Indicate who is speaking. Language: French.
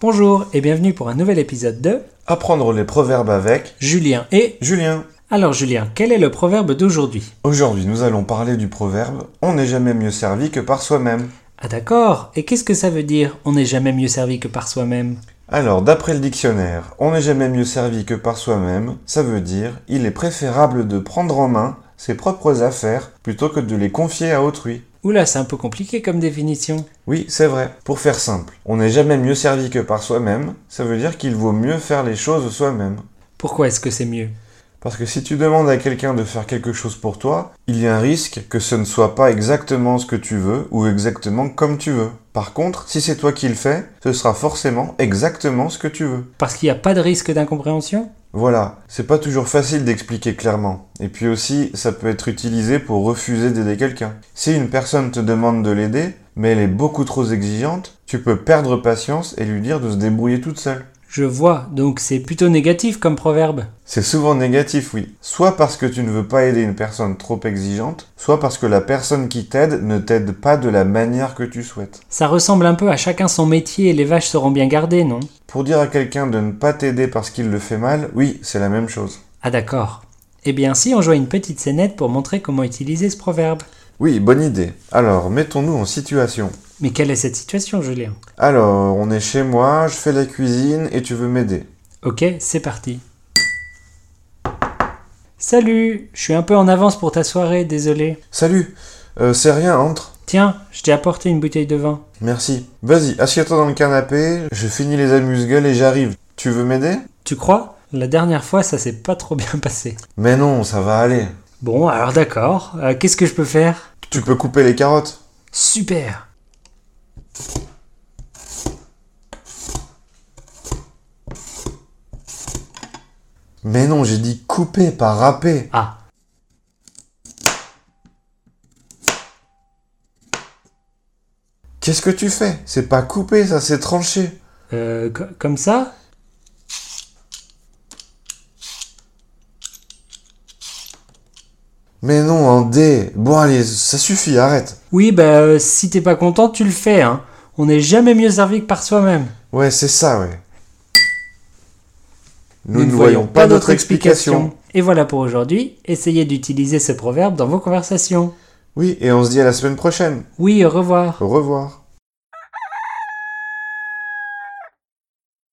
Speaker 1: Bonjour et bienvenue pour un nouvel épisode de
Speaker 2: Apprendre les proverbes avec
Speaker 1: Julien et...
Speaker 2: Julien.
Speaker 1: Alors Julien, quel est le proverbe d'aujourd'hui
Speaker 2: Aujourd'hui, nous allons parler du proverbe On n'est jamais mieux servi que par soi-même.
Speaker 1: Ah d'accord, et qu'est-ce que ça veut dire On n'est jamais mieux servi que par soi-même
Speaker 2: Alors, d'après le dictionnaire, on n'est jamais mieux servi que par soi-même, ça veut dire il est préférable de prendre en main ses propres affaires plutôt que de les confier à autrui.
Speaker 1: Oula, c'est un peu compliqué comme définition.
Speaker 2: Oui, c'est vrai. Pour faire simple, on n'est jamais mieux servi que par soi-même, ça veut dire qu'il vaut mieux faire les choses soi-même.
Speaker 1: Pourquoi est-ce que c'est mieux
Speaker 2: Parce que si tu demandes à quelqu'un de faire quelque chose pour toi, il y a un risque que ce ne soit pas exactement ce que tu veux ou exactement comme tu veux. Par contre, si c'est toi qui le fais, ce sera forcément exactement ce que tu veux.
Speaker 1: Parce qu'il n'y a pas de risque d'incompréhension
Speaker 2: Voilà, c'est pas toujours facile d'expliquer clairement. Et puis aussi, ça peut être utilisé pour refuser d'aider quelqu'un. Si une personne te demande de l'aider, mais elle est beaucoup trop exigeante, tu peux perdre patience et lui dire de se débrouiller toute seule.
Speaker 1: Je vois, donc c'est plutôt négatif comme proverbe.
Speaker 2: C'est souvent négatif, oui. Soit parce que tu ne veux pas aider une personne trop exigeante, soit parce que la personne qui t'aide ne t'aide pas de la manière que tu souhaites.
Speaker 1: Ça ressemble un peu à chacun son métier et les vaches seront bien gardées, non
Speaker 2: Pour dire à quelqu'un de ne pas t'aider parce qu'il le fait mal, oui, c'est la même chose.
Speaker 1: Ah d'accord. Eh bien si, on jouait une petite scénette pour montrer comment utiliser ce proverbe.
Speaker 2: Oui, bonne idée. Alors, mettons-nous en situation.
Speaker 1: Mais quelle est cette situation, Julien
Speaker 2: Alors, on est chez moi, je fais la cuisine et tu veux m'aider.
Speaker 1: Ok, c'est parti. Salut, je suis un peu en avance pour ta soirée, désolé.
Speaker 2: Salut, euh, c'est rien, entre.
Speaker 1: Tiens, je t'ai apporté une bouteille de vin.
Speaker 2: Merci. Vas-y, assieds-toi dans le canapé, je finis les amuse-gueules et j'arrive. Tu veux m'aider
Speaker 1: Tu crois La dernière fois, ça s'est pas trop bien passé.
Speaker 2: Mais non, ça va aller.
Speaker 1: Bon, alors d'accord. Euh, Qu'est-ce que je peux faire
Speaker 2: Tu peux couper les carottes.
Speaker 1: Super
Speaker 2: Mais non, j'ai dit couper, pas râper.
Speaker 1: Ah,
Speaker 2: Qu'est-ce que tu fais C'est pas couper, ça c'est tranché.
Speaker 1: euh, co- comme ça
Speaker 2: Mais non, en D. Bon allez, ça suffit, arrête.
Speaker 1: Oui, bah euh, si t'es pas content, tu le fais, hein. On n'est jamais mieux servi que par soi-même.
Speaker 2: Ouais, c'est ça, ouais. Nous, ne voyons pas d'autre explication.
Speaker 1: Et voilà pour aujourd'hui. Essayez d'utiliser ce proverbe dans vos conversations.
Speaker 2: Oui, et on se dit à la semaine prochaine.
Speaker 1: Oui, au revoir.
Speaker 2: Au revoir.